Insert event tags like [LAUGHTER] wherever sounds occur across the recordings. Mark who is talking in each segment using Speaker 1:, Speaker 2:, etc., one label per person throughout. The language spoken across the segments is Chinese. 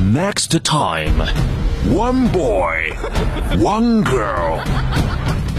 Speaker 1: Next time, one boy, one girl.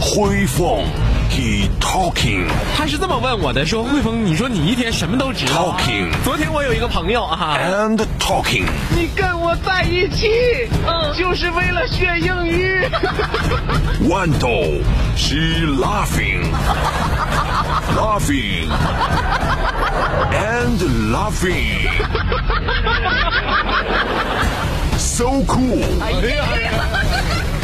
Speaker 1: 灰凤，he talking
Speaker 2: 他是这么问我的，说汇丰，你说你一天什么都知道啊、
Speaker 1: Talking
Speaker 2: 昨天我有一个朋友啊，
Speaker 1: and talking。
Speaker 3: 你跟我在一起，
Speaker 4: 嗯
Speaker 3: 就是为了学英语。
Speaker 1: 豌豆，she laughing，laughing and laughing。So cool，so
Speaker 2: 哎呀，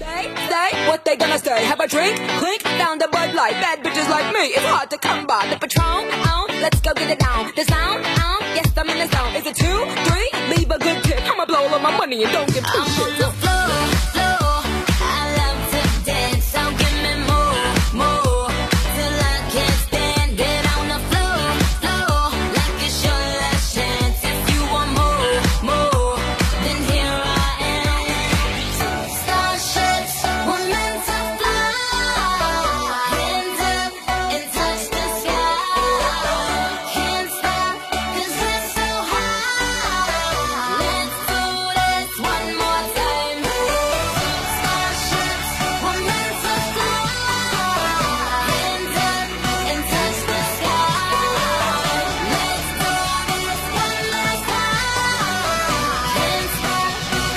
Speaker 5: They say what they gonna say. Have a drink, clink, down the Bud Light. Bad bitches like me, it's hard to come by. The Patron, on, let's go get it down. The sound, on, yes, I'm in the zone. Is it two, three? Leave a good tip. I'ma blow all of my money and don't give two shits.
Speaker 6: the floor, floor. I love to dance, so give me more, more. Till I can't stand, get on the floor, floor. Like it's your last chance. If you want more, more, then here I am. Starships were meant to fly. Hands up and touch the sky. Can't stop 'cause we're so high. Let's do this one more time. Starships were meant to fly. Hands up and touch the sky. Let's do this one more time. Can't stop,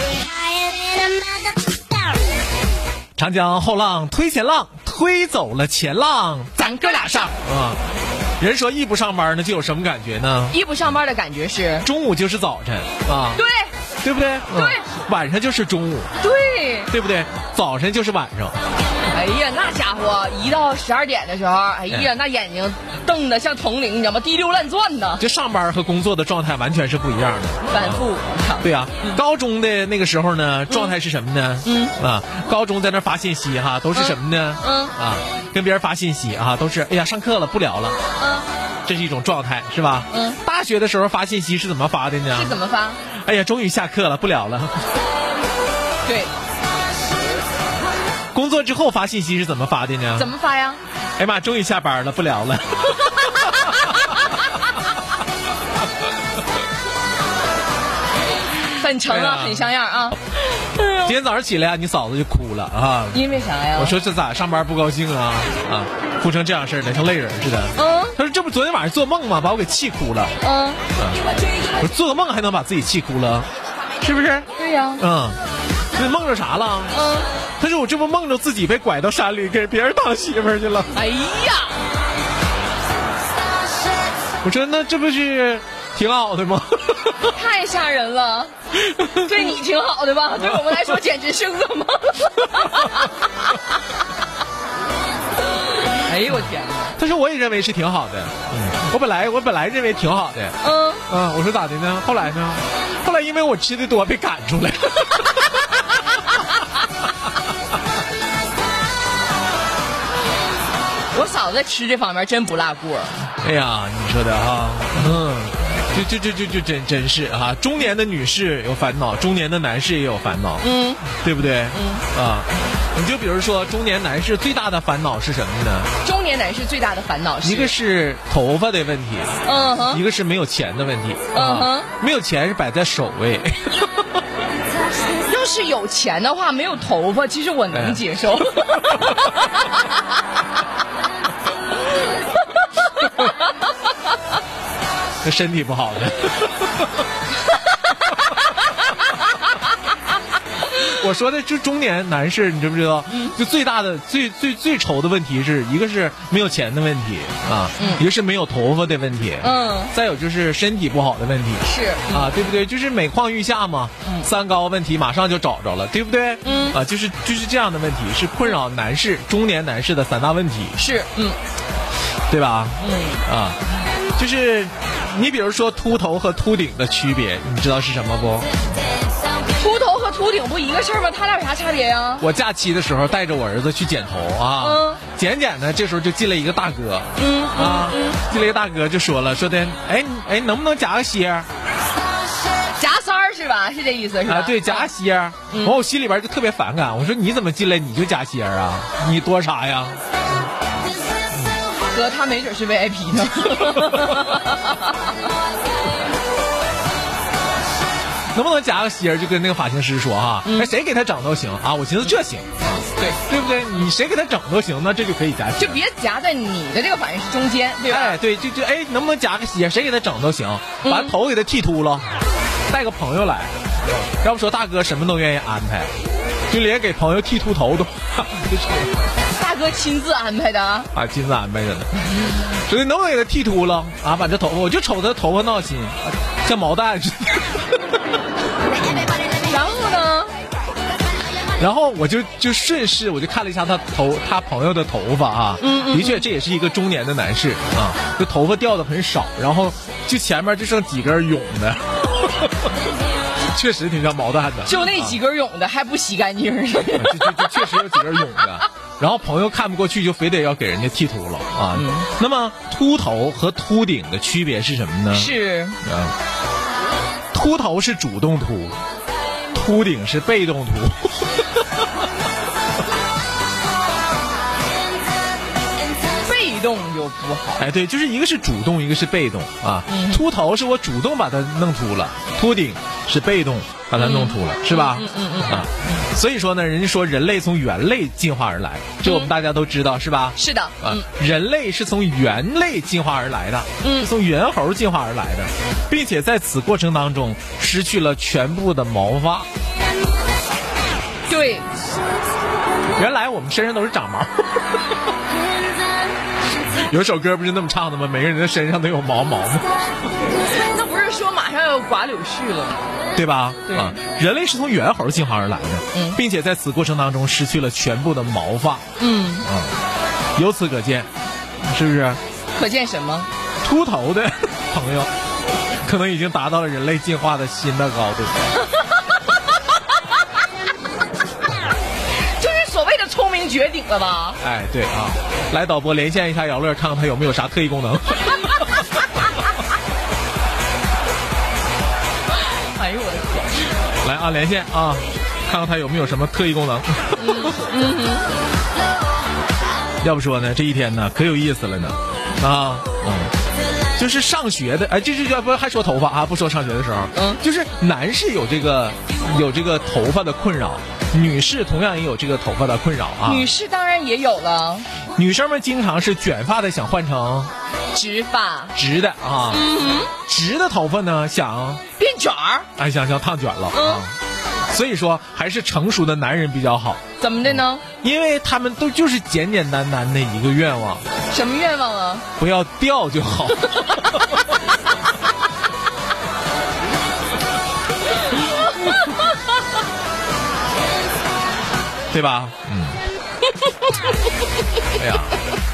Speaker 6: we're higher than a motherfucker.
Speaker 2: 长江后浪推前浪，推走了前浪，咱哥俩上
Speaker 1: 嗯
Speaker 2: 啊！人说一不上班呢，就有什么感觉呢？
Speaker 4: 一不上班的感觉是，
Speaker 2: 中午就是早晨啊，
Speaker 4: 对
Speaker 2: 对不对？对、晚上就是中午，
Speaker 4: 对，
Speaker 2: 对不对？早晨就是晚上，
Speaker 4: 哎呀，那家伙一到十二点的时候，哎呀，那眼睛瞪得像铜铃，你知道吗？滴溜乱转呢，
Speaker 2: 就上班和工作的状态完全是不一样的。
Speaker 4: 反复。
Speaker 2: 对啊，
Speaker 4: 嗯
Speaker 2: 高中的那个时候呢，状态是什么呢？嗯啊，高中在那发信息哈，都是什么呢？
Speaker 4: 嗯
Speaker 2: 啊，跟别人发信息啊，都是哎呀上课了不聊了，
Speaker 4: 嗯，
Speaker 2: 这是一种状态是吧？
Speaker 4: 嗯，
Speaker 2: 大学的时候发信息是怎么发的呢？
Speaker 4: 是怎么发？
Speaker 2: 哎呀，终于下课了，不聊了。
Speaker 4: [LAUGHS] 对，
Speaker 2: 工作之后发信息是怎么发的呢？
Speaker 4: 怎么发呀？
Speaker 2: 哎呀妈，终于下班了，不聊
Speaker 4: [LAUGHS]
Speaker 2: 了。
Speaker 4: 很成
Speaker 2: 哎
Speaker 4: 啊，
Speaker 2: 呀
Speaker 4: 很像样啊。
Speaker 2: 今天早上起来啊，你嫂子就哭了啊。
Speaker 4: 因为啥呀？
Speaker 2: 我说这咋上班不高兴啊啊，哭成这样式儿的，像泪人似的。
Speaker 4: 嗯
Speaker 2: 她说这不昨天晚上做梦吗？把我给气哭了。
Speaker 4: 嗯，
Speaker 2: 我说做个梦还能把自己气哭了，是不是？
Speaker 4: 对呀，
Speaker 2: 嗯，那梦着啥了？
Speaker 4: 嗯，
Speaker 2: 他说我这不梦着自己被拐到山里给别人当媳妇儿去了。
Speaker 4: 哎呀，
Speaker 2: 我说那这不是挺好的吗？ [LAUGHS]
Speaker 4: 太吓人了。对你挺好的吧？对我们来说简直是噩梦。哎呦我天哪！
Speaker 2: 他说我也认为是挺好的，我本来我本来认为挺好的，
Speaker 4: 嗯，
Speaker 2: 嗯，我说咋的呢？后来呢？后来因为我吃的多被赶出来。
Speaker 4: 我嫂子吃这方面真不落锅。
Speaker 2: [LAUGHS] 哎呀，你说的哈，嗯，就就就就就真真是啊，中年的女士有烦恼，中年的男士也有烦恼，嗯，对不对？嗯啊，你就比如说中年男士最大的烦恼是什么呢？
Speaker 4: 中年男士最大的烦恼是，
Speaker 2: 一个是头发的问题，
Speaker 4: 嗯哼，
Speaker 2: 一个是没有钱的问题，
Speaker 4: 嗯
Speaker 2: 啊
Speaker 4: 哼，
Speaker 2: 没有钱是摆在首位，
Speaker 4: 要是有钱的话，没有头发，其实我能接受。
Speaker 2: 哎那身体不好
Speaker 4: [LAUGHS]
Speaker 2: 的。我说的就中年男士，你知不知道？
Speaker 4: 嗯
Speaker 2: 就最大的、最最最愁的问题是一个是没有钱的问题啊，一个是没有头发的问题，
Speaker 4: 嗯，
Speaker 2: 再有就是身体不好的问题，
Speaker 4: 是嗯
Speaker 2: 啊，对不对？就是每况愈下嘛，三高问题马上就找着了，对不对？嗯，啊，就是就是这样的问题是困扰男士中年男士的三大问题，
Speaker 4: 是，嗯
Speaker 2: 对吧？
Speaker 4: 嗯，
Speaker 2: 啊，就是你比如说秃头和秃顶的区别，你知道是什么不？
Speaker 4: 秃头和秃秃顶不一个事儿吗？他俩有啥差别啊呀、
Speaker 2: 我假期的时候带着我儿子去剪头啊，
Speaker 4: 嗯
Speaker 2: 剪剪呢，这时候就进来一个大哥，
Speaker 4: 嗯
Speaker 2: 啊，进来一个大哥就说了，说的，哎你哎，能不能夹个楔儿
Speaker 4: 夹三儿是吧？是这意思是吧？
Speaker 2: 啊？对，夹个楔儿。
Speaker 4: 嗯
Speaker 2: 完、我心里边就特别反感，我说你怎么进来你就夹楔儿啊？你多啥呀？
Speaker 4: 哦哥，他没准是
Speaker 2: [LAUGHS]
Speaker 4: VIP 呢。
Speaker 2: 能不能夹个楔儿？就跟那个发型师说哈、
Speaker 4: 嗯
Speaker 2: 哎、谁给他整都行啊。我寻思这行，对对不对？你谁给他整都行，那这就可以夹楔
Speaker 4: 就
Speaker 2: 儿。
Speaker 4: 别夹在你的这个发型师中间，对吧？嗯
Speaker 2: 哎，对，就就哎，能不能夹个鞋？谁给他整都行，把头给他剃秃了，带个朋友来。要不说大哥什么都愿意安排，就连给朋友剃秃头都 [LAUGHS]
Speaker 4: 大哥亲自安排的啊。
Speaker 2: 啊，亲自安排
Speaker 4: [LAUGHS]
Speaker 2: 着呢。所以能不能给他剃秃了啊？把这头发，我就瞅他头发闹心，像毛蛋似的。
Speaker 4: 然后呢？
Speaker 2: 然后我就就顺势我就看了一下他头他朋友的头发啊，
Speaker 4: 嗯
Speaker 2: 的确这也是一个中年的男士啊，就头发掉的很少，然后就前面就剩几根涌的， [LAUGHS] 确实挺像毛蛋的，
Speaker 4: 就那几根涌的还不洗干
Speaker 2: [LAUGHS]
Speaker 4: 净儿
Speaker 2: 啊就就就确实有几根涌的。然后朋友看不过去，就非得要给人家剃秃了啊。
Speaker 4: 嗯
Speaker 2: 那么秃头和秃顶的区别是什么呢？
Speaker 4: 是
Speaker 2: 啊，秃头是主动秃，秃顶是被动秃。
Speaker 4: 被动就不好。
Speaker 2: 哎，对，就是一个是主动，一个是被动啊。秃头是我主动把它弄秃了，秃顶是被动把它弄秃了，是吧？嗯嗯啊，所以说呢，人家说人类从猿类进化而来，这我们大家都知嗯道，是吧？
Speaker 4: 是的，嗯
Speaker 2: 啊，人类是从猿类进化而来的，嗯，从猿猴进化而来的，并且在此过程当中失去了全部的毛发。
Speaker 4: 对，
Speaker 2: 原来我们身上都是长 [LAUGHS] 毛。有首歌不是那么唱的吗？每个人的身上都有毛毛吗？
Speaker 4: 那不是说马上要刮柳絮了吗？
Speaker 2: 对吧？
Speaker 4: 对
Speaker 2: 啊，人类是从猿猴进化而来的，
Speaker 4: 嗯
Speaker 2: 并且在此过程当中失去了全部的毛发。嗯由此可见，是不是
Speaker 4: 可见什么？
Speaker 2: 秃头的朋友，可能已经达到了人类进化的新的高度？
Speaker 4: 就是所谓的聪明绝顶了吧？
Speaker 2: 哎，对啊，来导播连线一下姚乐，看看他有没有啥特异功能。
Speaker 4: 哎呦我的天！
Speaker 2: 来啊，连线啊，看看他有没有什么特异功能。
Speaker 4: 嗯
Speaker 2: 要不说呢，这一天呢可有意思了呢，啊，嗯，就是上学的，哎，这这要不还说头发啊，不说上学的时候，
Speaker 4: 嗯
Speaker 2: 就是男士有这个有这个头发的困扰，女士同样也有这个头发的困扰啊。
Speaker 4: 女士当然也有了
Speaker 2: 女生们经常是卷发的想换成
Speaker 4: 直发
Speaker 2: 直的啊，
Speaker 4: 嗯
Speaker 2: 直的头发呢想
Speaker 4: 变卷儿，
Speaker 2: 哎想想烫卷了、啊
Speaker 4: 嗯，
Speaker 2: 所以说还是成熟的男人比较好。
Speaker 4: 怎么的呢？
Speaker 2: 因为他们都就是简简单单的一个愿望，
Speaker 4: 什么愿望啊？
Speaker 2: 不要掉就
Speaker 4: [LAUGHS]
Speaker 2: 好。对吧？
Speaker 4: [LAUGHS]
Speaker 2: 嗯。哎呀，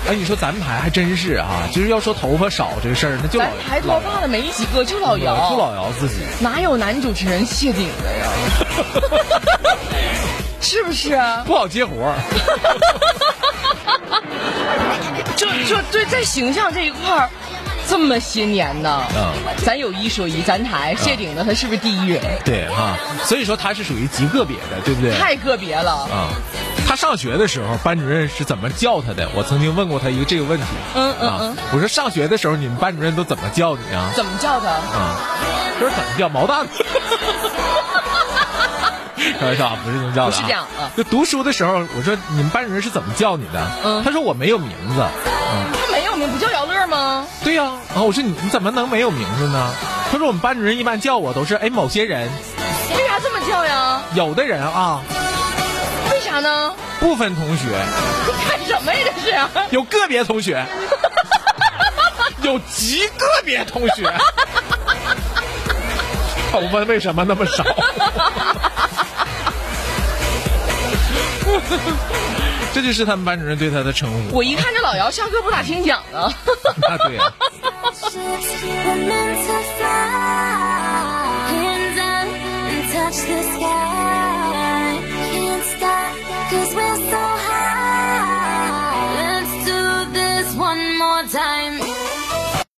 Speaker 2: 哎，你说咱们台还真是啊，就是要说头发少这个事儿，那就老
Speaker 4: 咱抬头发的没几个，就嗯老
Speaker 2: 老
Speaker 4: 姚，
Speaker 2: 就老姚自己。
Speaker 4: 哪有男主持人谢顶的 [LAUGHS] 呀？是不是啊？
Speaker 2: 不好接活儿，
Speaker 4: 就就对，在形象这一块儿，这么些年呢，
Speaker 2: 嗯
Speaker 4: 咱有一说一，咱台谢顶的他是不是第一人？
Speaker 2: 对啊，所以说他是属于极个别的，对不对？
Speaker 4: 太个别了，
Speaker 2: 啊，他上学的时候，班主任是怎么叫他的？我曾经问过他一个这个问题。
Speaker 4: 嗯嗯
Speaker 2: 啊，我说上学的时候你们班主任都怎么叫你啊？
Speaker 4: 怎么叫他？
Speaker 2: 啊，他说怎么叫毛
Speaker 4: [LAUGHS]
Speaker 2: 蛋？开玩笑啊，不是这么叫的、啊。
Speaker 4: 不是这样啊
Speaker 2: 就读书的时候，我说你们班主任是怎么叫你的？
Speaker 4: 嗯
Speaker 2: 他说我没有名字。
Speaker 4: 他没有名，不叫姚乐吗？
Speaker 2: 对呀、然后我说你你怎么能没有名字呢？他说我们班主任一般叫我都是哎某些人，
Speaker 4: 为啥这么叫呀？
Speaker 2: 有的人啊
Speaker 4: 为啥 [LAUGHS] 呢？
Speaker 2: 部分同学，
Speaker 4: 你干什么呀？这是？
Speaker 2: 有个别同 [LAUGHS] 学，有极个别同学，头发为什么那么少？ [LAUGHS] 这就是他们班主任对他的称呼。
Speaker 4: 我一看这老姚上课不咋听讲呢，
Speaker 2: 啊，对呀、
Speaker 6: We're meant to fly, hands up and touch the sky. Cause we're so high. Let's do this one more time.